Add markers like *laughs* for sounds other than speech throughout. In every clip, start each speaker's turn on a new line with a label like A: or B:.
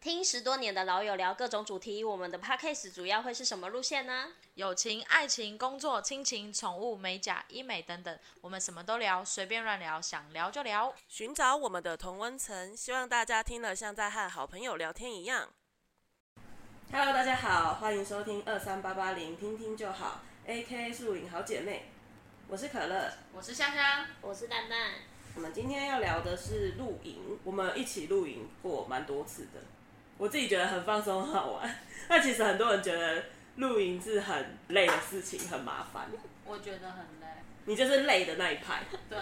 A: 听十多年的老友聊各种主题，我们的 podcast 主要会是什么路线呢？
B: 友情、爱情、工作、亲情、宠物、美甲、医美等等，我们什么都聊，随便乱聊，想聊就聊。
C: 寻找我们的同温层，希望大家听了像在和好朋友聊天一样。Hello，大家好，欢迎收听二三八八零，听听就好，A.K. 树影好姐妹，我是可乐。
B: 我是香香，
A: 我是蛋蛋，
C: 我们今天要聊的是露营，我们一起露营过蛮多次的，我自己觉得很放松很好玩。 *laughs* 那其实很多人觉得露营是很累的事情，很麻烦，
B: 我觉得很累。
C: 你就是累的那一派。
B: 对，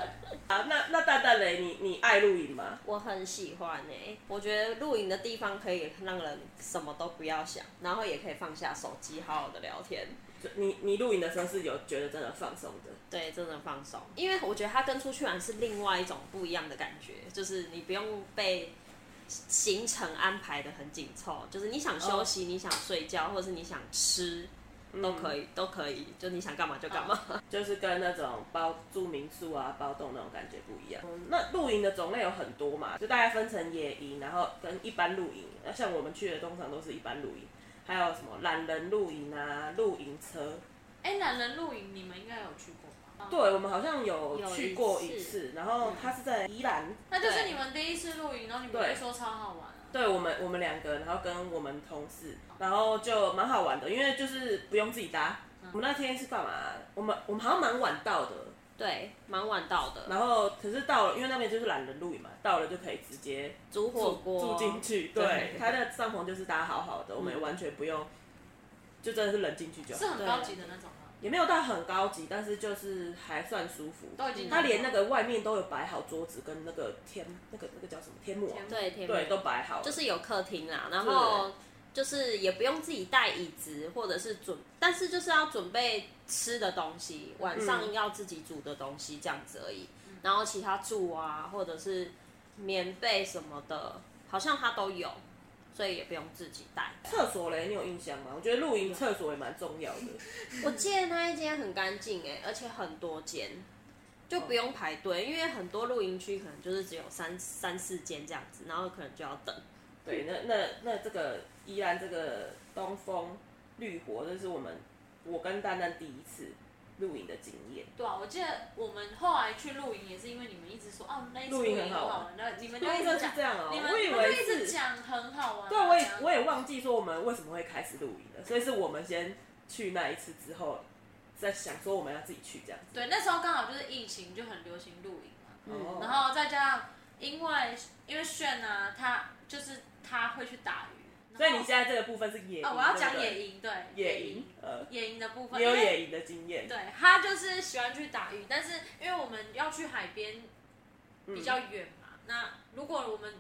C: 好，那那蛋蛋嘞，你你爱露营吗？
A: 我很喜欢诶、我觉得露营的地方可以让人什么都不要想，然后也可以放下手机，好好的聊天。
C: 就你你露营的时候是有觉得真的放松的，
A: 对，真的放松，因为我觉得它跟出去玩是另外一种不一样的感觉，就是你不用被行程安排的很紧凑，就是你想休息、你想睡觉，或者是你想吃都可以，都可以，就你想干嘛就干嘛。
C: 就是跟那种包住民宿啊、包栋那种感觉不一样。嗯，那露营的种类有很多嘛，就大概分成野营，然后跟一般露营。那像我们去的通常都是一般露营，还有什么懒人露营啊、露营车。
B: 哎，懒人露营你们应该有去过吧？
C: 对，我们好像有
A: 有
C: 去
A: 一
C: 过
A: 次嗯
C: 一次，然后它是在宜兰。
B: 那就是
A: 对
B: 你们第一次露营，然后你们
C: 对
B: 就说超好玩啊。
C: 对我们我们两个，然后跟我们同事，然后就蛮好玩的，因为就是不用自己
A: 嗯
C: 搭。我们那天是干嘛？我们我们好像蛮晚到的，
A: 对，蛮晚到的，
C: 然后可是到了，因为那边就是懒人露营嘛，到了就可以直接
A: 煮火锅
C: 住进去，对
A: 对，
C: 它的帐篷就是搭好好的，我们也完全不用，就真的是人进去就好
B: 是，啊很高级的那种吗？
C: 也没有到很高级，但是就是还算舒服。
B: 都已经
C: 它连那个外面都有摆好桌子跟那个天，那个那个叫什么天幕啊，
B: 天幕
A: 对，天
C: 对，
A: 明
C: 都摆好了，
A: 就是有客厅啦，然后就是也不用自己带椅子，或者是准，但是就是要准备吃的东西，晚上要自己煮的东西这样子而已。然后其他住啊，或者是棉被什么的，好像它都有，所以也不用自己带。
C: 厕所嘞，你有印象吗？我觉得露营厕所也蛮重要的。
A: 我记得那一间很干净哎，而且很多间，就不用排队，因为很多露营区可能就是只有三三四间这样子，然后可能就要等。
C: 对，那那那这个宜兰这个东风绿火，这是我们我跟丹丹第一次露营的经验。
B: 对啊，我记得我们后来去露营也是因为你们一直说哦，那一次
C: 露营很
B: 好
C: 好玩
B: 玩，那你们就一
C: 真
B: 直
C: 的是
B: 讲
C: 这，样哦、
B: 你们
C: 我
B: 你
C: 以
B: 们就一
C: 为
B: 直
C: 是，
B: 讲很好玩。
C: 对，我也
B: 这样
C: 我也忘记说我们为什么会开始露营了，所以是我们先去那一次之后，在想说我们要自己去这样子。
B: 对，那时候刚好就是疫情，就很流行露营嘛。
C: 哦
B: 然后再加上因为因为炫啊，他就是他会去打鱼，
C: 所以你
B: 然后
C: 现在这个部分是野营，
B: 哦，我要
C: 对不
B: 讲
C: 对
B: 野营，对，
C: 野营，呃，
B: 野营的部分，
C: 也有
B: 因为
C: 野营的经验，
B: 对他就是喜欢去打鱼，但是因为我们要去海边
C: 嗯
B: 比较远嘛，那如果我们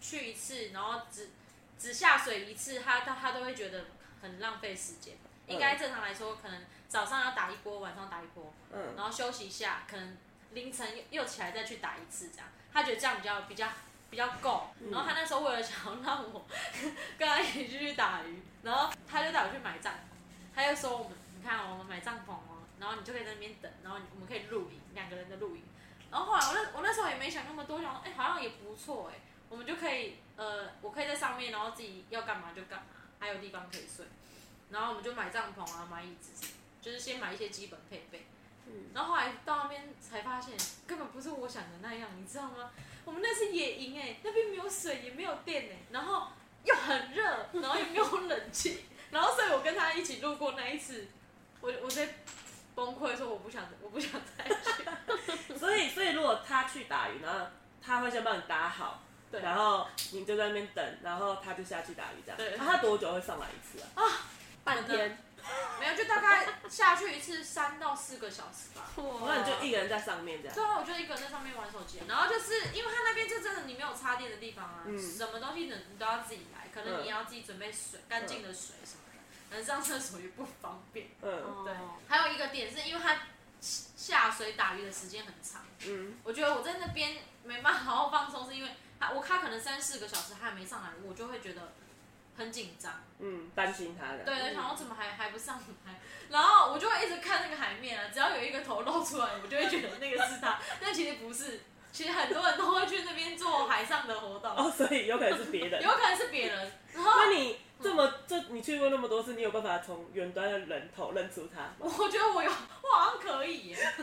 B: 去一次，然后只只下水一次，他他他都会觉得很浪费时间。应该正常来说，可能早上要打一波，晚上打一波，
C: 嗯，
B: 然后休息一下，可能凌晨又又起来再去打一次，这样他觉得这样比较比较比较够。然后他那时候为了想要让我跟他一起去打鱼，然后他就带我去买帐篷，他就说我们你看哦我们买帐篷哦，然后你就可以在那边等，然后我们可以露营，两个人的露营。然后后来我那我那时候也没想那么多，想说哎、好像也不错哎、我们就可以呃我可以在上面，然后自己要干嘛就干嘛，还有地方可以睡。然后我们就买帐篷啊，买椅子，就是先买一些基本配备。然后后来到那边才发现，根本不是我想的那样，你知道吗？我们那是野营哎、那边没有水，也没有电哎、然后又很热，然后也没有冷气， *laughs* 然后所以我跟他一起路过那一次，我我直接崩溃说我不想，我不想再去。
C: 所以所以如果他去打鱼，然后他会先帮你搭好，
B: 对
C: 然后你就在那边等，然后他就下去打鱼这样。
B: 对哦
C: 啊他多久会上来一次啊？
A: 半天，
B: 没有，就大概下去一次三到四个小时吧。
C: 那你就一个人在上面这样
B: 对。啊，我就一个人在上面玩手机，然后就是因为他那边就真的你没有插电的地方啊，
C: 嗯
B: 什么东西能你都要自己来，可能
C: 嗯
B: 你要自己准备水、干净的水什么的，可能上厕所也不方便。
C: 嗯
B: 对，还有一个点是因为他下水打鱼的时间很长，
C: 嗯，
B: 我觉得我在那边没办法好好放松，是因为他我他可能三四个小时他还没上来，我就会觉得很紧张。
C: 嗯，担心他的。
B: 对，对，想我怎么还还不上来？然后我就会一直看那个海面啊，只要有一个头露出来，我就会觉得那个是他，但其实不是，其实很多人都会去那边做海上的活动，
C: 哦，所以有可能是别人
B: 有。可能是别人。然后
C: 那你这么这你去过那么多次，你有办法从远端的人头认出他吗？
B: 我觉得我有，我好像可以耶，我是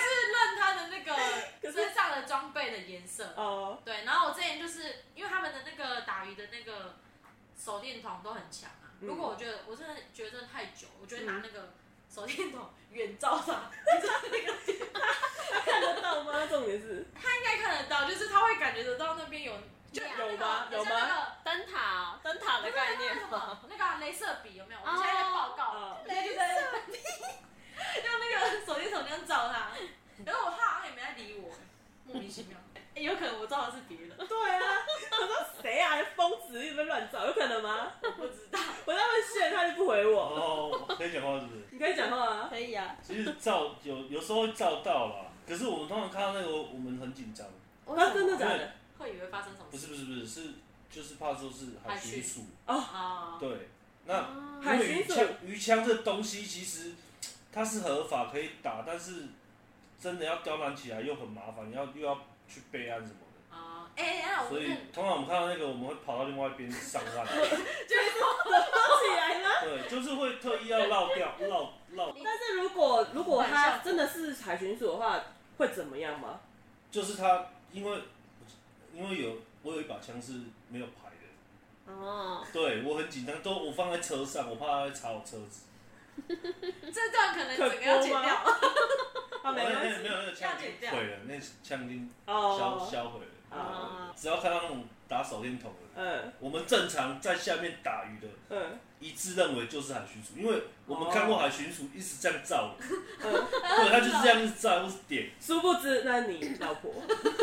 B: 认他的那个
C: 可是
B: 身上的装备的颜色。
C: 哦，
B: 对，然后我之前就是因为他们的那个打鱼的那个手电筒都很强啊。如
C: 嗯
B: 果我觉得我真的觉得真的太久，我觉得拿那个手电筒远照他，
C: 看得到吗？重点是
B: 他应该看得到，就是他会感觉得到那边有，就
A: 有
B: 那个
C: 吗有吗
B: 很像那个
A: 灯塔哦，灯塔的概念
B: 那个什
A: 吗？
B: 么那个啊镭射笔有没有？我们现在在报告，
C: 哦
B: 雷射笔， *laughs* 用那个手电筒这样照他，然后我他好像也没在理我，莫名其妙。欸 *laughs* 有可能我照的是别 *laughs* 人，
C: 对啊，我说谁啊？疯子一直在乱找，有可能吗？
B: 我不知道。
C: 我在问炫，他就不回我。
D: 哦，可以讲话是不是？
C: 你可以讲话啊。
A: 可以啊，
D: 其实照有有时候会照到啦，可是我们通常看到那个，我们很紧张。
C: 他啊真的假的？
B: 会以为发生什么
D: 不
B: 事
D: 是不是不是，是就是怕说是海巡署。
B: 啊？
D: 对，那
A: 啊
C: 海
D: 因
C: 巡
D: 为鱼
C: 署
D: 枪鱼枪这东西其实它是合法可以打，但是真的要刁难起来又很麻烦，要又要去备案什么的。
B: 啊，哎、那我
D: 所
B: 们
D: 以通常我们看到那个，我们会跑到另外一边上岸。
C: 起来吗？
D: 对，就是会特意要绕掉绕绕，
C: 但是如果如果他真的是海巡署的话，会怎么样吗？
D: 就是他因为因为有我有一把枪是没有牌的。
A: 哦，
D: 对我很紧张，都我放在车上，我怕他会查我车子。
B: 这段可能整个要剪掉，
C: 啊，没
D: 我
C: 关
D: 那那没
C: 系
D: 有那个枪已
B: 要剪掉
D: 经毁了，那枪已经销
C: 哦。
D: 销毁
A: 哦
D: 了。只要看到那种打手电筒的，
C: 嗯
D: 我们正常在下面打鱼的，
C: 嗯
D: 一致认为就是海巡署，因为我们看过海巡
C: 哦
D: 署一直这样照
C: *laughs*
D: 的，
C: 嗯，
D: 对，他就是这样子照，或是
C: *laughs*
D: 点。
C: 殊不知那是你老婆，
D: 对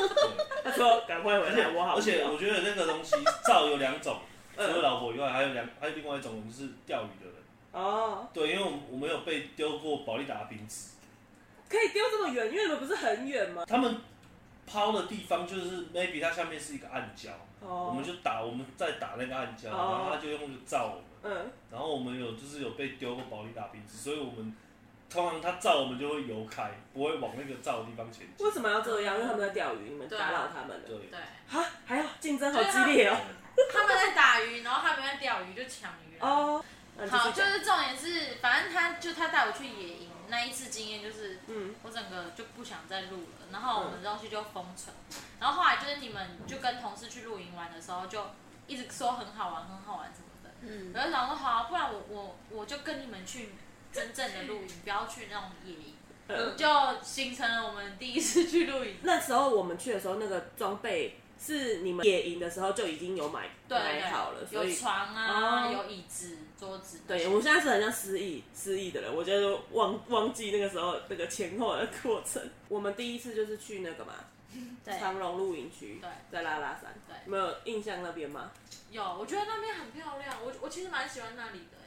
C: 他说赶快回
D: 而且
C: 来，我好无聊。
D: 而且我觉得那个东西照有两种，除
C: 嗯
D: 了老婆以外，还有两还有另外一种，我们是钓鱼的人。
C: 哦，
D: 对，因为我们我们有被丢过保利达的瓶子。
C: 可以丢这么远，因为你们不是很远吗？
D: 他们抛的地方就是 maybe 它下面是一个暗礁，
C: 哦，
D: 我们就打，我们再打那个暗礁，
C: 哦
D: 然后他就用那个照我们，
C: 嗯，
D: 然后我们有就是有被丢过保利达瓶子，所以我们通常他照我们就会游开，不会往那个照的地方前进
C: 为。什么要这样？因为他们在钓鱼，你们
B: 对
C: 打
B: 啊
C: 扰他们了。
D: 对，
B: 对，
C: 哈，还好，竞争好激烈哦。
B: 他们在打鱼，然后他们在钓鱼，就抢鱼了。
C: 哦，那你继续
B: 好，就
C: 讲
B: 是重点是，反正他就他带我去野营那一次经验，就是
C: 嗯
B: 我整个就不想再录了，然后我们东西就封存。然后后来就是你们就跟同事去露营玩的时候，就一直说很好玩，很好玩什么的。
A: 嗯，
B: 我就想说好啊、不然我我我就跟你们去真正的露营，不要去那种野营。
C: 嗯，
B: 就形成了我们第一次去露
C: *laughs*
B: 营。
C: 那时候我们去的时候，那个装备是你们野营的时候就已经有买
B: 对，
C: 买好了，所
B: 有
C: 以。
B: 床啊，
C: 哦
B: 有椅子、桌子。
C: 对，哎我现在是很像失忆失忆的人，我觉得忘忘记那个时候那个前后的过程。我们第一次就是去那个嘛，
A: 对，
C: 长隆露营区，
B: 对
C: 在拉拉山，
B: 对
C: 没有印象那边吗？
B: 有，我觉得那边很漂亮，我我其实蛮喜欢那里的欸。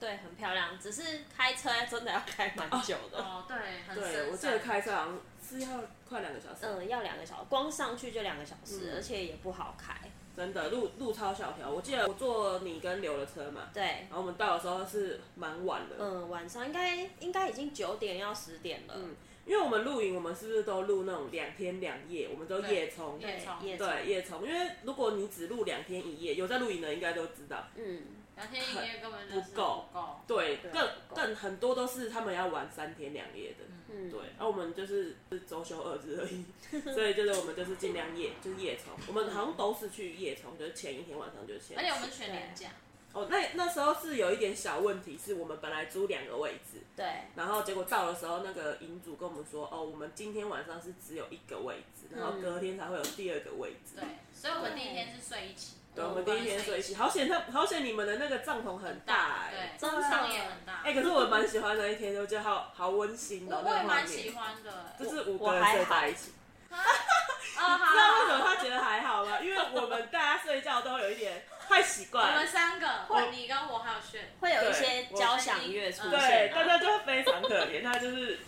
A: 对，很漂亮，只是开车真的要开蛮久的，
B: 哦，对，很
C: 对，
B: 深
C: 我记得
B: 山
C: 开车好像是要快两个小时，
A: 嗯，要两个小时，光上去就两个小时，
C: 嗯
A: 而且也不好开。
C: 真的路路超小条。我记得我坐你跟刘的车嘛，
A: 对，
C: 然后我们到的时候是蛮晚的，
A: 嗯，晚上应该应该已经九点要十点了，
C: 嗯因为我们露营，我们是不是都露那种两天两夜？我们都夜冲，
B: 对夜冲
A: 夜
C: 对夜冲。因为如果你只露两天一夜，有在露营的应该都知道，
A: 嗯，
B: 两天一夜根本就
C: 不
B: 是
C: 够
B: 不啊够。
C: 对，
A: 对
C: 更
A: 不够
C: 更很多都是他们要玩三天两夜的，
A: 嗯
C: 对。然后我们就是是周休二日而
B: *laughs*
C: 已，所以就是我们就是尽量夜，就是夜冲。我们好像都是去夜冲，就是前一天晚上就先去。
B: 而且我们选年假，
C: 哦，那那时候是有一点小问题，是我们本来租两个位置，
A: 对，
C: 然后结果到的时候，那个营主跟我们说，哦，我们今天晚上是只有一个位置，然后隔天才会有第二个位置。
B: 嗯对，所以我们第一天是睡一起。
C: 对，我们第一天睡一起，好险他，好险你们的那个帐篷很大
B: 大，
C: 哎、
B: 对，
A: 真的
B: 商也很大。
C: 哎、可是我蛮喜欢那一天，我觉得好好温馨
B: 我
C: 哦、
B: 我
C: 那
B: 也
C: 个画
B: 蛮喜
C: 面。
B: 欢
C: *laughs*
B: 的。
C: 就是五
A: 我
C: 个
A: 我
C: 人
A: 还
C: 睡
A: 好
C: 在一起，
B: 啊，
C: 知道为什
B: 好好
C: 么他觉得还好吗？因为我们大家睡觉都有一点太习
B: 我
C: 惯了
B: 们，三个，我你跟我还有炫。
A: 会有一
C: 对
A: 些
C: 我
A: 交响乐出
B: 嗯
C: 对，
A: 现
C: 大
A: 啊。
C: 家就非常可怜，他就是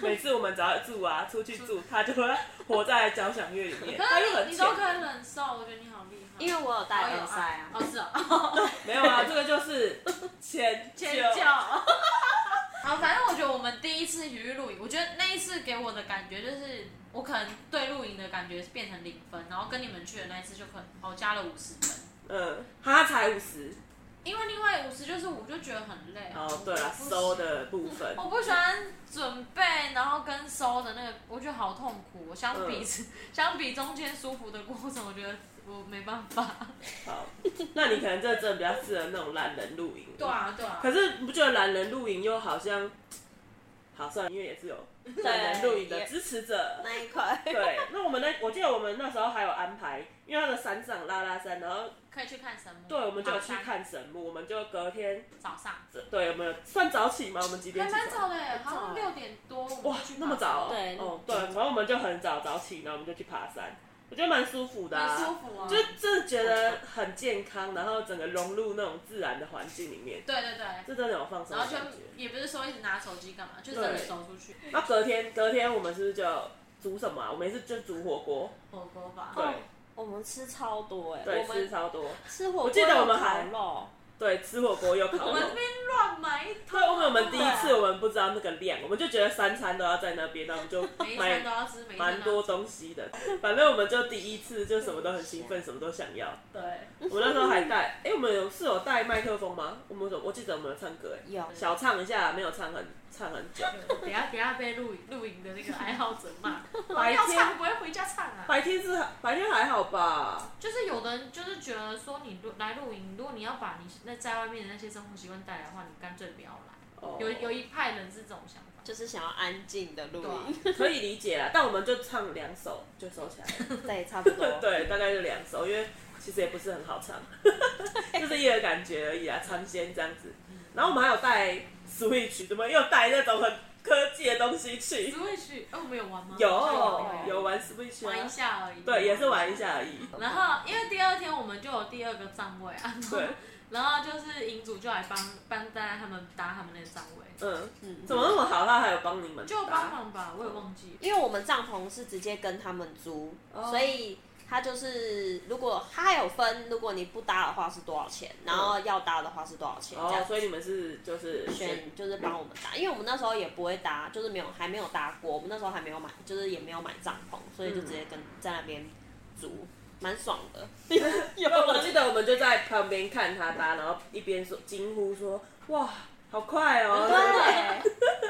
C: 每次我们只要住啊，出去住，他就会活在交响乐里面，
B: 可
C: 他又
B: 是你
C: 很
B: 你
C: 欠
B: 都可以忍受，我觉得你好厉害。
A: 因为我有戴
B: 好有
A: 耳
B: 哦
A: 塞啊，
B: 哦是哦，
C: 没有啊，这个就是迁
B: 尖叫， *laughs* 好，反正我觉得我们第一次一起去露营，我觉得那一次给我的感觉就是，我可能对露营的感觉是变成零分，然后跟你们去的那一次就可能哦加了五十分，
C: 嗯，他才五十
B: 因为另外五十就是我就觉得很累、啊。
C: 哦，对
B: 我
C: 了，
B: 不喜
C: 收的部分，
B: 我不喜欢准备，然后跟收的那个，我觉得好痛苦。我相比、 *laughs* 相比中间舒服的过程，我觉得我没办法。
C: 好，那你可能这真的比较适合那种懒人露营。
B: 对啊，对啊。
C: 可是你不觉得懒人露营又好像，好算了，因为也是有懒人露营的支持者。
A: 那一块，
C: 对，那我们那我记得我们那时候还有安排，因为它的山上拉拉山，然后
B: 可以去看神木。
C: 对，我们就有去看神木，我们就隔天，
B: 早上，
C: 对，我们有算早起吗？我们几点
B: 还
C: 起
B: 蛮
C: 床？
B: 早的，好像六点多。
C: 哇，那么早、哦？
A: 对
C: 哦，对，反正我们就很早早起，然后我们就去爬山，我觉得蛮舒服的、啊，
B: 很舒服啊。
C: 就真的觉得很健康，然后整个融入那种自然的环境里面，
B: 对对对。
C: 这真的有放松
B: 然
C: 的
B: 后
C: 感
B: 就
C: 觉。
B: 也不是说一直拿手机干嘛，就真的走出去
C: 那隔天，隔天我们是不是就煮什么、啊？我们也是就煮火锅，
B: 火锅吧。
C: 对、
A: 我们吃超多哎，
C: 对，
A: 我
C: 吃
A: 们
C: 超多，
A: 吃火锅，
C: 我记得我们还
A: 肉，
C: 对，吃火锅又烤
B: 我
C: 肉
B: 们。这边乱买一啊
C: 对，
B: 通。
C: 因为我们第一次
A: 对
C: 我们不知道那个量，我们就觉得三餐都要在那边，那我们就
B: *laughs* 啊每一
C: 买
B: 餐都要吃，每一啊餐
C: 蛮
B: 都
C: 多
B: 要吃。
C: 东西的。反正我们就第一次就什么都很兴奋，什么都想
B: *laughs*
C: 要。
B: 对，
C: 我那时候还带，哎、我们有是有带麦克风吗？我们有，我记得我们有唱歌，哎，
A: 有
C: 小唱一下，没有唱很唱很久。
B: 等一下等一下被露营露营的那个爱好者 *laughs* 骂，
C: 白
B: 要
C: 天
B: 唱不会回家唱啊。
C: 白天是白天还好吧？
B: 就是有的人就是觉得说你露来露营，如果你要把你那在外面的那些生活习惯带来的话，你干脆不要来。
C: 哦
B: 有有一派人是这种想
C: *laughs*
B: 法，
A: 就是想要安静的露
B: 对啊
A: 营，
C: 可以理解啦，但我们就唱两首就收起来
B: *laughs*
A: *laughs*
C: 了。。
A: 对，差不多
C: *laughs* *laughs* 对，大概就两首，因为其实也不是很好唱， *laughs* 就是一个感觉而已啊，尝鲜这样子。然后我们还有带 Switch，怎么又带那种很科技的东西去？
B: Switch，哎，我们有玩吗？
C: 有
B: 好像
C: 有玩 Switch
B: 玩一
C: 啊，
B: 下而已。
C: 对，也是。玩一下而已。
B: 然后因为第二天我们就有第二个站位啊，
C: 对，
B: 然后就是营主就来帮帮大家他们搭他们那个站位，
C: 嗯，
A: 嗯
C: 怎么那么好？他还有帮你们
B: 就帮
C: 搭，
B: 忙吧，我也忘记了。
A: 因为我们帐篷是直接跟他们租，所以他就是如果他还有分，如果你不搭的话是多少钱，然后要搭的话是多少钱，这
C: 哦
A: 样，
C: 所以你们是就是选
A: 选就是帮我们搭，因为我们那时候也不会搭，就是没有还没有搭过，我们那时候还没有买，就是也没有买帐篷，所以就直接跟在那边租，蛮爽的。
C: 有，我记得我们就在旁边看他搭，然后一边说惊呼说：“哇，好快哦
A: 对，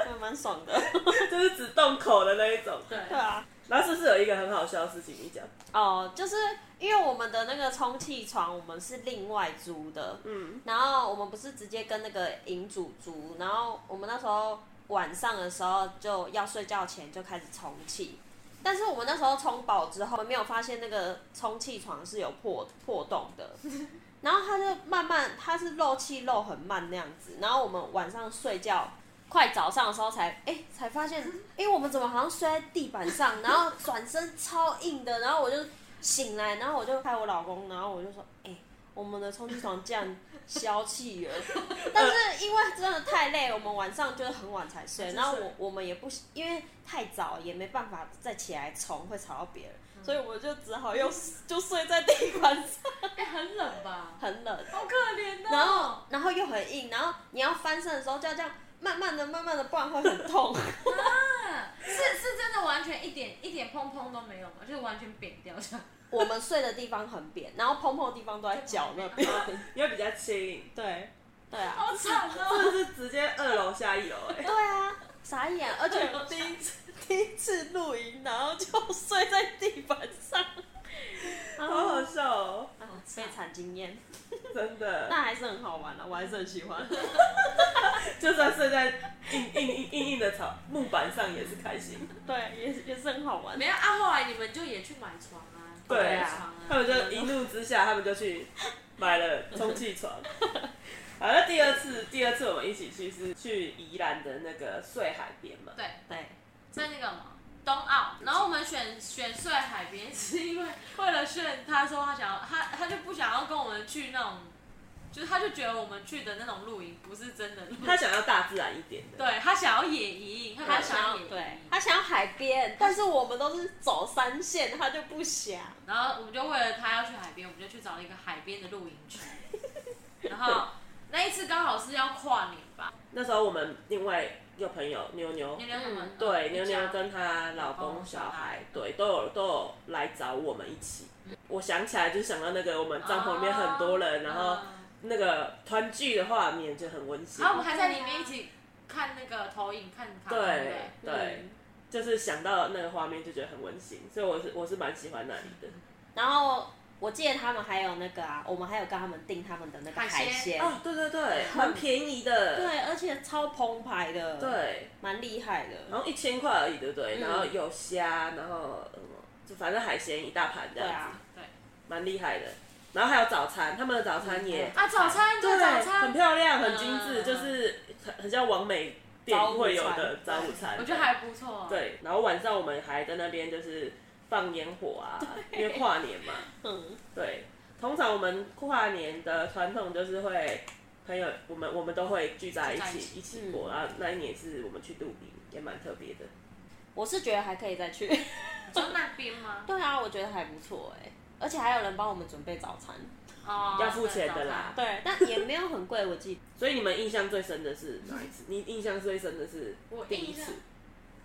A: 欸蛮爽的。！”
C: *laughs* 就是只动口的那一种。
B: 对，
A: 对啊，
C: 然后是不是有一个很好笑的事情你讲？
A: 哦，就是因为我们的那个充气床，我们是另外租的，嗯，然后我们不是直接跟那个营主租，然后我们那时候晚上的时候就要睡觉前就开始充气，但是我们那时候充饱之后，我们没有发现那个充气床是有破破洞的，然后它就慢慢它是漏气漏很慢那样子，然后我们晚上睡觉。快早上的时候才哎、才发现，哎、我们怎么好像睡在地板上，然后转身超硬的，然后我就醒来，然后我就拍我老公，然后我就说，哎、我们的充气床竟然消气了，但是因为真的太累，我们晚上就是很晚才睡，然后我我们也不因为太早也没办法再起来冲，会吵到别人，所以我就只好又就睡在地板上，
B: 哎，很冷吧，
A: 很冷，
B: 好可怜哦。
A: 然后然后又很硬，然后你要翻身的时候就要这样慢慢的、慢慢的，不然会很 *laughs* 痛。
B: 啊是是真的完全一点一点砰砰都没有吗？就是完全扁掉这样。
A: 我们睡的地方很扁，然后碰碰的地方都在脚那边。
C: 因为比较轻，
A: 对，对啊，
B: 好惨
C: 真
B: 哦！
C: 的是直接二楼下一楼哎、
A: 对啊，傻眼，而且
B: 我
A: 第一次第一次露营，然后就睡在地板 *laughs* 上，啊
C: 好好笑哦、
A: 悲惨经验，
C: 真的，
A: 但还是很好玩啊的、我还是很喜欢。
C: 就算睡在硬硬硬硬硬的草木板上也是开心。
A: *laughs* 对，也是也是很好玩。
B: *laughs* 没有啊，后来你们就也去买床啊，
C: 对
B: 买床啊，
C: 他们就一怒之下，他们就去买了充气床。好，那第二次，第二次我们一起去是去宜兰的那个睡海边嘛。
B: 对，
A: 对，
B: 在那个什么冬奥，然后我们选选睡海边，是因为为了炫，他说他想要他他就不想要跟我们去那种，就是他就觉得我们去的那种露营不是真的露营，
C: 他想要大自然一点的，
B: 对他想要野营，他
A: 他
B: 想
A: 想要
B: 野营，
A: 对他想要海边，但是我们都是走山线，他就不想。
B: 然后我们就为了他要去海边，我们就去找了一个海边的露营区，然后那一次刚好是要跨年吧，
C: 那时候我们另外一个朋友妞妞，
B: 牛牛他们、
A: 嗯
C: 对，
B: 一
C: 妞
B: 家
C: 妞跟她老公、小孩，对，都有都有来找我们一起。我想起来，就是想到那个我们帐篷里面很多人，然后
B: 嗯
C: 那个团聚的画面就很温馨
B: 啊然。后我们还在里面一起看那个投影，看卡通的
C: 对对，就是想到那个画面就觉得很温馨，所以我是我是蛮喜欢那里的。
A: 然后我记得他们还有那个啊，我们还有跟他们订他们的那个
B: 海
A: 海
B: 鲜
A: 鲜，
C: 哦，对对对，蛮便宜的。
A: 对，而且超澎湃的，，
C: 对，
A: 蛮厉害的。
C: 然后一千块而已，对不对？
A: 嗯
C: 然后有虾，然后嗯，就反正海鲜一大盘这
A: 对
C: 样子，
A: 啊，
B: 对
C: 蛮厉害的。然后还有早餐，他们的早餐
A: 嗯
C: 也、
B: 啊，早餐
C: 对
B: 对早
C: 很
B: 餐，
C: 漂亮，很精致，
B: 嗯
C: 就是很很像完美店会有的
A: 早
C: 早
A: 午
C: 午餐。
B: 我觉得还不错。，
C: 对，然后晚上我们还在那边就是放烟火啊，因为跨年嘛。
A: 嗯，
C: 对，通常我们跨年的传统就是会朋友，我们我们都会聚在一
B: 聚在
C: 起
B: 一起嗯
C: 一起过。然后那一年是我们去露营，也蛮特别的。
A: 我是觉得还可以再去。
B: 就那边吗？
A: 对啊，我觉得还不错哎、而且还有人帮我们准备早餐，
B: 哦，
C: 要付钱的啦
A: 对，但也没有很贵，我记得。
C: 所以你们印象最深的是哪一次？你印象最深的是
B: 嗯我
C: 第一
B: 印象
C: 次
B: 对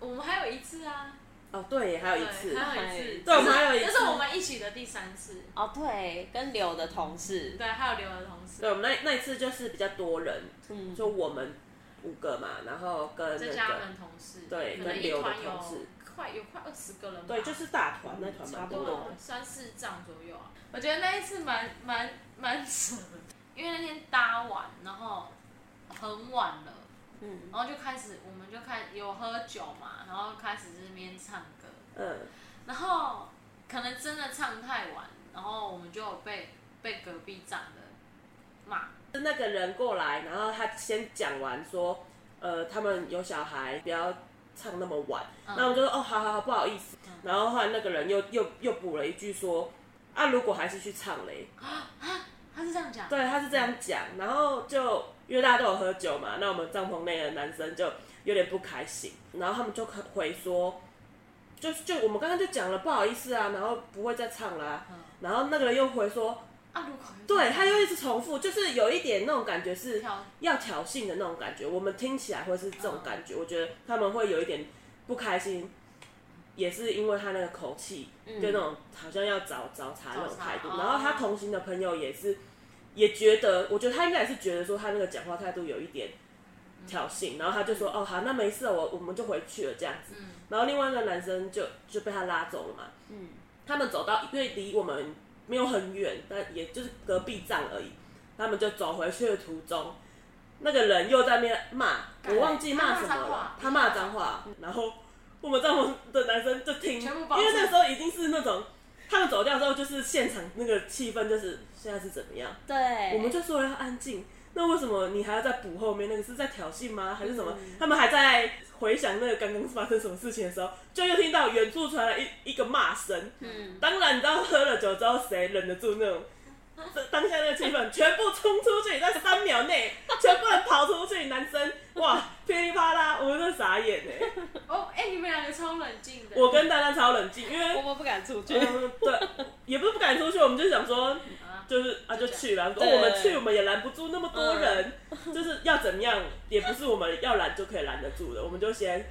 B: 早餐。我们还有一次啊，
C: 哦，对，还有一次
B: 对，还有一次，
C: 对我们还有一次
B: 这是我们一起的第三次。
A: 哦，对，跟柳的同事，
B: 对，还有刘的同事
C: 对，我们那那一次就是比较多人，
A: 嗯，
C: 就我们五个嘛，然后跟那
B: 再加我
C: 个
B: 们同事，
C: 对
B: 可能
C: 跟
B: 一
C: 刘的
B: 团有
C: 同事
B: 快有快二十个人吧，
C: 对，就是大团那团
A: 差
C: 蛮
A: 不
C: 多
A: 多
C: 的。
B: 对三四丈左右啊。我觉得那一次蛮蛮蛮扯的，因为那天搭完，然后很晚了，
A: 嗯，
B: 然后就开始我们就开有喝酒嘛，然后开始这边唱歌，
C: 嗯，
B: 然后可能真的唱太晚，然后我们就有被被隔壁站的骂，
C: 是那个人过来，然后他先讲完说，呃，他们有小孩，不要唱那么晚。
B: 嗯
C: 那我们就说，哦，好好好，不好意思。
A: 嗯
C: 然后后来那个人又又又补了一句说，啊，如果还是去唱嘞，
B: 他是这样讲，
C: 对，他是这样讲，然后就因为大家都有喝酒嘛，那我们帐篷内的男生就有点不开心，然后他们就回说，就是就我们刚刚就讲了不好意思啊，然后不会再唱啦、
B: 嗯
C: 然后那个人又回说，
B: 啊，如果
C: 对，他又一直重复，就是有一点那种感觉是
B: 挑
C: 要挑衅的那种感觉，我们听起来会是这种感
B: 嗯
C: 觉，我觉得他们会有一点不开心。也是因为他那个口气，就那种好像要找找茬那种态度。
B: 找茬
C: 然后他同行的朋友也是，也觉得，我觉得他应该也是觉得说他那个讲话态度有一点挑衅，然后他就说：“哦，好，那没事了，我我们就回去了这样子。
B: 嗯
C: 然后另外一个男生就就被他拉走了嘛。
A: 嗯，
C: 他们走到因为离我们没有很远，但也就是隔壁站而已。他们就走回去的途中，那个人又在那边骂，我忘记骂什么了，他
B: 他
C: 骂
B: 骂
C: 脏
B: 脏
C: 话，然后我们帐篷的男生就听，因
B: 全
C: 为
B: 部爆
C: 那
B: 炸
C: 时候已经是那种他们走掉之后，就是现场那个气氛就是现在是怎么样，
A: 对，
C: 我们就说要安静。那为什么你还要再补后面那个是在挑衅吗？还是什么？他们还在回想那个刚刚发生什么事情的时候，就又听到远处传来一一个骂声，
A: 嗯，
C: 当然，你知道喝了酒之后谁忍得住那种当下那个气氛，全部冲出去，在三秒内，全部人跑出去，男生哇噼里啪啦，我真的傻眼哎！
B: 哦，哎、你们两个超冷静的，
C: 我跟大家超冷静，因为
A: 我。们不敢出去，
C: 嗯，对，也不是不敢出去，我们就想说，
B: 啊
C: 就是啊，就去了。
A: 对嗯
C: 我们去，我们也拦不住那么多人，就是要怎么样，也不是我们要拦就可以拦得住的。我们就先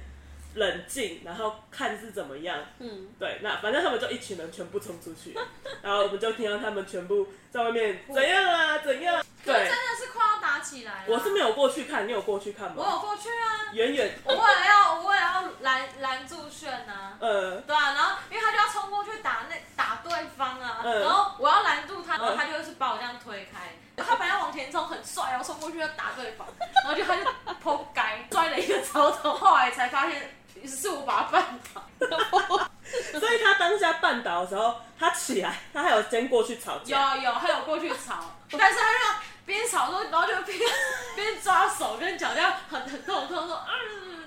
C: 冷静，然后看是怎么样。
A: 嗯，
C: 对，那反正他们就一群人全部冲出去，然后我们就听到他们全部在外面怎样啊怎样啊。
B: 可是
C: 对
B: 真，的是快要打起来了。
C: 我是没有过去看，你有过去看
B: 我
C: 吗？
B: 有过去啊，
C: 远远，
B: 我也要我也要拦拦住炫啊，
C: 呃，
B: 对啊，然后因为他就要冲过去打那打对方啊，
C: 嗯
B: 然后我要拦住他，然后
C: 嗯
B: 他就是把我这样推开，他本来要往前冲很帅哦，冲过去要打对 *laughs* 方，然后就他就扑街摔了一个超头，后来才发现是我把他绊倒，
C: 所以他当下绊倒的时候，他起来，他还有先过去吵
B: 有
C: 架。
B: 有还有过去吵， *laughs* 但是他就边吵说，然后就边 *laughs* 边抓手跟脚这样很很痛痛说， *laughs* 嗯，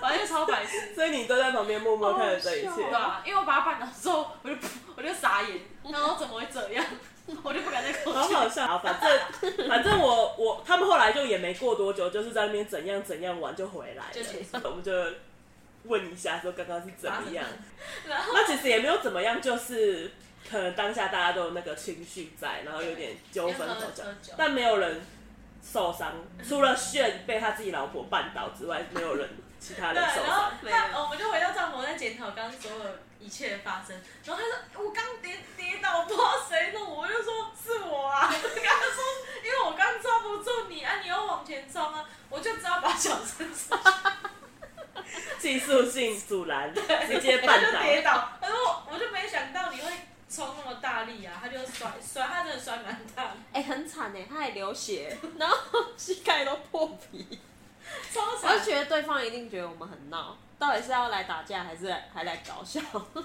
B: 反正就超白痴。
C: 所以你都在旁边默默看着这一
A: 好好哦
C: 切
B: 对。啊，因为我把它绊倒之后，我就我就傻眼，然后怎么会这样？ *laughs* 我就不敢再过
C: 好
B: 去。
C: 好笑，好反正反正我我他们后来就也没过多久，就是在那边怎样怎样玩就回来
B: 就结束
C: 了，我们就问一下说刚刚是怎么样，
B: 然后
C: 那其实也没有怎么样，就是可能当下大家都有那个情绪在，然后有点纠纷
B: 边喝
C: 吵架
B: 喝酒，
C: 但没有人受伤，除了炫被他自己老婆绊倒之外，没有人其他
B: 对，
C: 人受
B: 然后
C: 伤。
B: 他我们就回到帐篷在检讨刚刚所有一切的发生，然后他说我刚跌跌倒，我不知道谁弄我，我就说是我啊， *laughs* 我就跟他说因为我刚抓不住你啊，你要往前冲啊，我就只好把脚伸出去，
C: 技术性阻拦，直接
B: 他就
C: 绊
B: 跌
C: 倒。
B: 倒，他说我我就没想到你会冲那么大力啊，他就摔摔，他真的摔蛮大的，
A: 哎、很惨哎，他还流血，然后膝盖都破皮。
B: 超
A: 我
B: 惨
A: 就，觉得对方一定觉得我们很闹，到底是要来打架还是来还来搞笑？ *laughs*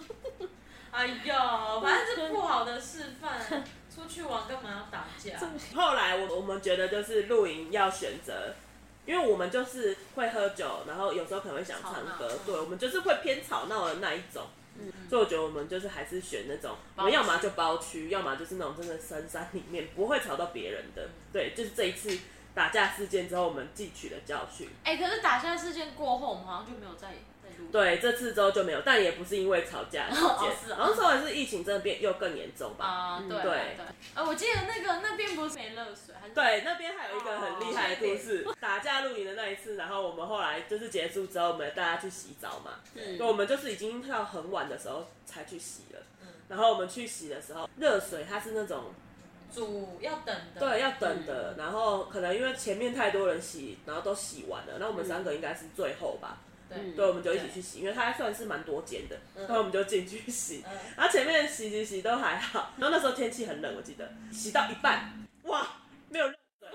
B: 哎呦，反正是不好的示范， *laughs* 出去玩干嘛要打架？
C: *laughs* 后来我我们觉得就是露营要选择，因为我们就是会喝酒，然后有时候可能会想唱歌
B: 吵闹，嗯
C: 对我们就是会偏吵闹的那一种。所以我觉得我们就是还是选那种，我
B: 包
C: 们要么就包区，要么就是那种真的深山里面不会吵到别人的。对，就是这一次打架事件之后，我们汲取了教训。
B: 哎、可是打架事件过后，我们好像就没有再再录。
C: 对，这次之后就没有，但也不是因为吵架事件，
B: *laughs* 哦是哦
C: 然后后来是疫情真的变又更严重吧。
B: 啊、对
C: 嗯对
B: 对。呃，我记得那个那边不是没热水，还是
C: 对，那边还有一个很厉害的故事，打架露营的那一次，然后我们后来就是结束之后，我们大家去洗澡嘛，
A: 嗯
C: 对，我们就是已经到很晚的时候才去洗了。然后我们去洗的时候，热水它是那种
B: 煮要等的。
C: 对，要等的，然后可能因为前面太多人洗，然后都洗完了，那我们三个应该是最后吧，
B: 嗯对
C: 对，我们就一起去洗，因为它算是蛮多间的，然后我们就进去洗，
B: 嗯
C: 然后前面洗洗洗都还好，然后那时候天气很冷，我记得洗到一半，哇，没有热水，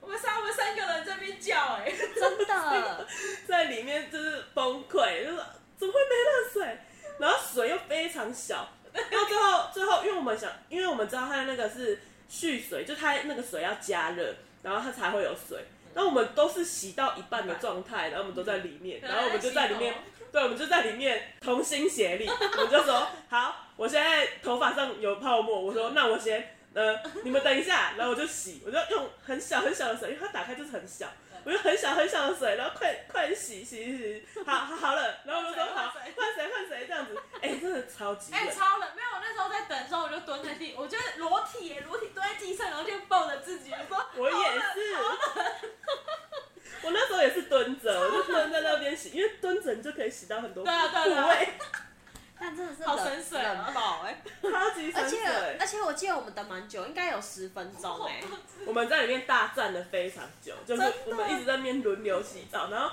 B: 我们三我们三个人这边叫哎、
A: 真的，
C: *laughs* 在里面就是崩溃，就是怎么会没热水？然后水又非常小，然后最后最后，因为我们想，因为我们知道它那个是蓄水，就它那个水要加热，然后它才会有水。那我们都是洗到一半的状态，然后我们都在里面， *laughs* 然后我们就在里面，对，我们就在里面同心协力，我们就说好，我现在头发上有泡沫，我说那我先，呃，你们等一下，然后我就洗，我就用很小很小的水，因为它打开就是很小，我就很小很小的水，然后快快洗洗洗洗，好好好了，然后我就说好，换谁换谁这样子，哎、真的超级
B: *laughs* 哎、
C: 冷，
B: 超冷，没有，我那时候在等的时候，我就蹲在地，我觉得裸体耶，裸体蹲在地上，然后就抱着自己说，
C: 我也是，我那时候也是蹲着，我就蹲在那边洗，因为蹲着你就可以洗到很多部
B: 对啊对啊对啊
C: 位，
A: 但真的是
B: 好
A: 冷
B: 深邃啊
A: 冷爆欸哎、
C: 超级
A: 而
C: 神
A: 且
C: 水
A: 而。且我记得我们等蛮久，应该有十分钟哎、
C: 我们在里面大战了非常久，就是
A: 真的
C: 我们一直在那边轮流洗澡，然后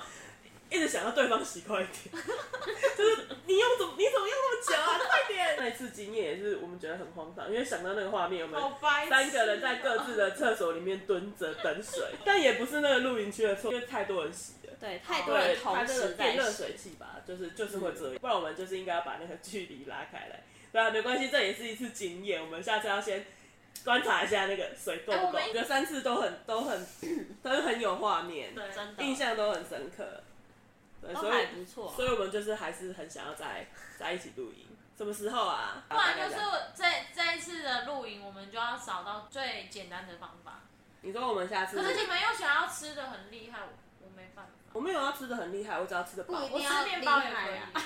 C: 一直想要对方洗快一点， *laughs* 就是你用怎么你怎么用那么久啊，快点！那一次经验也是我们觉得很荒唐，因为想到那个画面，我
B: 好
C: 们
B: 白痴、哦
C: 三个人
A: 哦
C: 在各自的厕所里面蹲着等水，但也不是那个露营区的错，因为太多人洗了。
A: 对，太多
C: 对
A: 人，
C: 它
A: 同
C: 那个
A: 时在嗯
C: 电热
A: 洗，
C: 水器吧，就是就是会这样，不然我们就是应该要把那个距离拉开来。对啊，没关系，这也是一次经验，我们下次要先观察一下那个水够
B: 哎
C: 不
B: 我
C: 够。
B: 们
C: 我觉得三次都很都很都很有画面，
B: 对，
A: 真
C: 印
A: 的
C: 象都很深刻。对，
A: 都
C: 所以
A: 还不错。
C: 所以我们就是还是很想要在在一起露营，什么时候啊？
B: 不然就是这这一次的露营，我们就要找到最简单的方法。
C: 你说我们下次
B: 可，是你们又想要吃的很厉害，我我没办法，
C: 我没有要吃的很厉害，我只要吃的饱。
A: 不一
B: 我
A: 定要
B: 吃面包也可
A: 厉
B: 以
A: 害啊。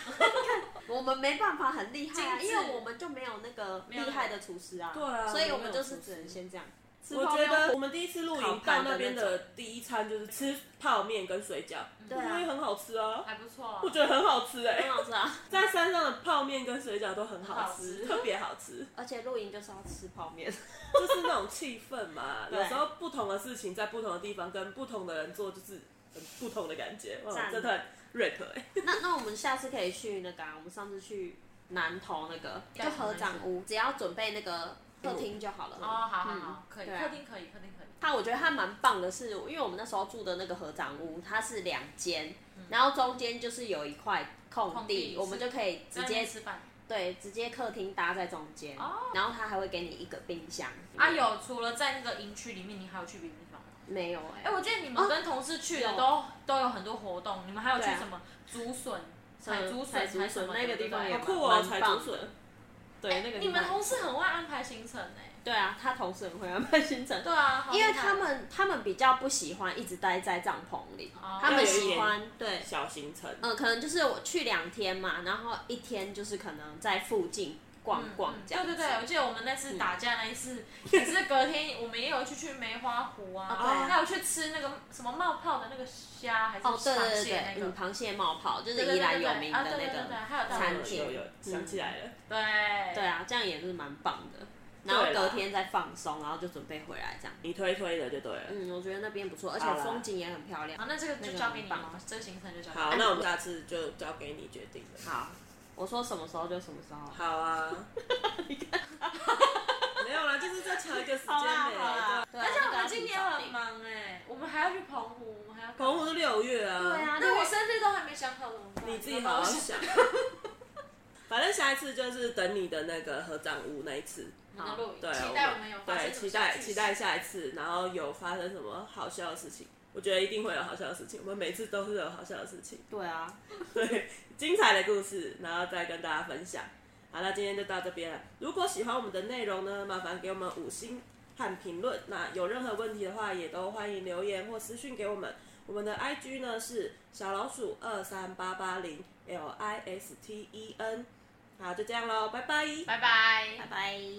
A: 我们没办法很厉害啊，
B: 精致
A: 因为我们就没有那个厉害的厨师啊，
C: 对啊
A: 所以我
C: 我们没
A: 们
C: 有
A: 就是
C: 厨师
A: 只能先这样。吃
C: 我
A: 泡
C: 觉
A: 面哦
C: 得我们第一次露
A: 烤
C: 营到
A: 盘的
C: 那边
A: 那
C: 的第一餐就是吃泡面跟水饺，
A: 对
C: 因为
A: 啊，
C: 很好吃啊，
B: 还不 *laughs* 错、啊。
C: 我觉得很好吃哎、
A: 很好吃啊，
C: 在山上的泡面跟水饺都很好吃，
B: 很好吃
C: 特别好吃，
A: *laughs* 而且露营就是要吃泡面，
C: 就是那种气氛嘛。
A: 对
C: 有时候不同的事情在不同的地方跟不同的人做，就是很不同的感觉。哇，
A: 赞
C: 这段 rap 哎、
A: 那那我们下次可以去那个、啊，我们上次去南投那个
B: 干
A: 就
B: 嘛
A: 合掌屋，只要准备那个客厅就好了。
B: 哦，好好好，可以，
A: 对啊
B: 客厅可以，客厅可以。
A: 它我觉得它蛮棒的是，因为我们那时候住的那个合掌屋，它是两间，然后中间就是有一块嗯空地，
B: 空地
A: 我们就可以直
B: 在那
A: 接
B: 边吃饭
A: 对直接客厅搭在中间，
B: 哦
A: 然后它还会给你一个冰箱。
B: 啊，有除了在那个营区里面，你还有去别的地方吗？
A: 没有
B: 哎、
A: 哎、
B: 我记得你们跟同事去的
A: 有
B: 都、都有很多活动，你们还有去
A: 对啊
B: 什么竹笋、
A: 采
B: 采竹笋、
A: 竹
B: 什
A: 笋
B: 么
A: 那个地方也
C: 好
A: 蛮
C: 酷哦，
A: 蛮
C: 采
A: 棒
C: 竹笋
A: 的。
C: 对，那个
B: 哎你
C: 地
B: 们
C: 方
B: 同事很会安排行程哎、
A: 对啊，他同事很会安排行程，
B: 对啊，好厉
A: 因
B: 害
A: 为他们他们比较不喜欢一直待在帐篷里，
B: 哦
A: 他
C: 要有
A: 们
C: 一
A: 喜
C: 点
A: 欢对。
C: 小行程，
A: 嗯呃，可能就是我去两天嘛，然后一天就是可能在附近逛逛
B: 嗯嗯
A: 这样子。
B: 对对对，我记得我们那次打架那一次，也是隔天我们也有去去梅花湖啊，
A: 哦对
B: 还有去吃那个什么冒泡的那个虾还是
A: 哦，对
B: 螃
A: 对对
B: 蟹
A: 对，
B: 那个
A: 嗯，，螃蟹冒泡就
B: 对
A: 是
B: 对
A: 宜
B: 对
A: 兰
B: 对
A: 有
B: 对
A: 名
B: 啊
A: 的
B: 对对
A: 那
B: 对对
A: 个，
B: 还有到
A: 餐
B: 我们
A: 厅嗯
C: 有有有想起来了，
B: 对
A: 对啊，这样也是蛮棒的。然后
C: 对啦
A: 隔天再放松，然后就准备回来这样。
C: 你推推的就对了。
A: 嗯，我觉得那边不错，而且
C: 好啦
A: 风景也很漂亮。
B: 好，那这个
A: 那
B: 就
A: 个
B: 交
A: 很
B: 给你
A: 棒
B: 了，这个行程就交给
C: 好，
B: 你。
C: 那我们下次就交给你决定了。
A: 好，我说什么时候就什么时候。
C: 好啊，没有啦，就是再抢一个时间
B: 好啦好
C: 呗
B: 啦。，
A: 对啊
B: 而且
A: 那
B: 我
A: 个
B: 们
A: 要
B: 今
A: 提
B: 年
A: 早
B: 很
A: 定
B: 忙哎，我们还要去澎湖，我们还要
C: 澎湖是六月啊，
A: 对啊，
B: 那我生日都还没想好怎么办？
C: 你自己好好想。 *laughs* 反正下一次就是等你的那个合掌屋那一次，
B: 我们的录影，
C: 对，啊
B: 期
C: 我
B: 待我
C: 们
B: 们有发
C: 对，
B: 生什么
C: 期待
B: 小
C: 期
B: 趣
C: 待
B: 事
C: 下一次，然后有发生什么好笑的事情，我觉得一定会有好笑的事情，我们每次都是有好笑的事情，
A: 对啊，
C: 对，精彩的故事，然后再跟大家分享。好，那今天就到这边了。如果喜欢我们的内容呢，麻烦给我们五星和评论。那有任何问题的话，也都欢迎留言或私讯给我们。我们的 IG 呢是小老鼠二三八八零 L I S T E N。好，就这样喽，拜拜。
B: 拜拜。
A: 拜拜。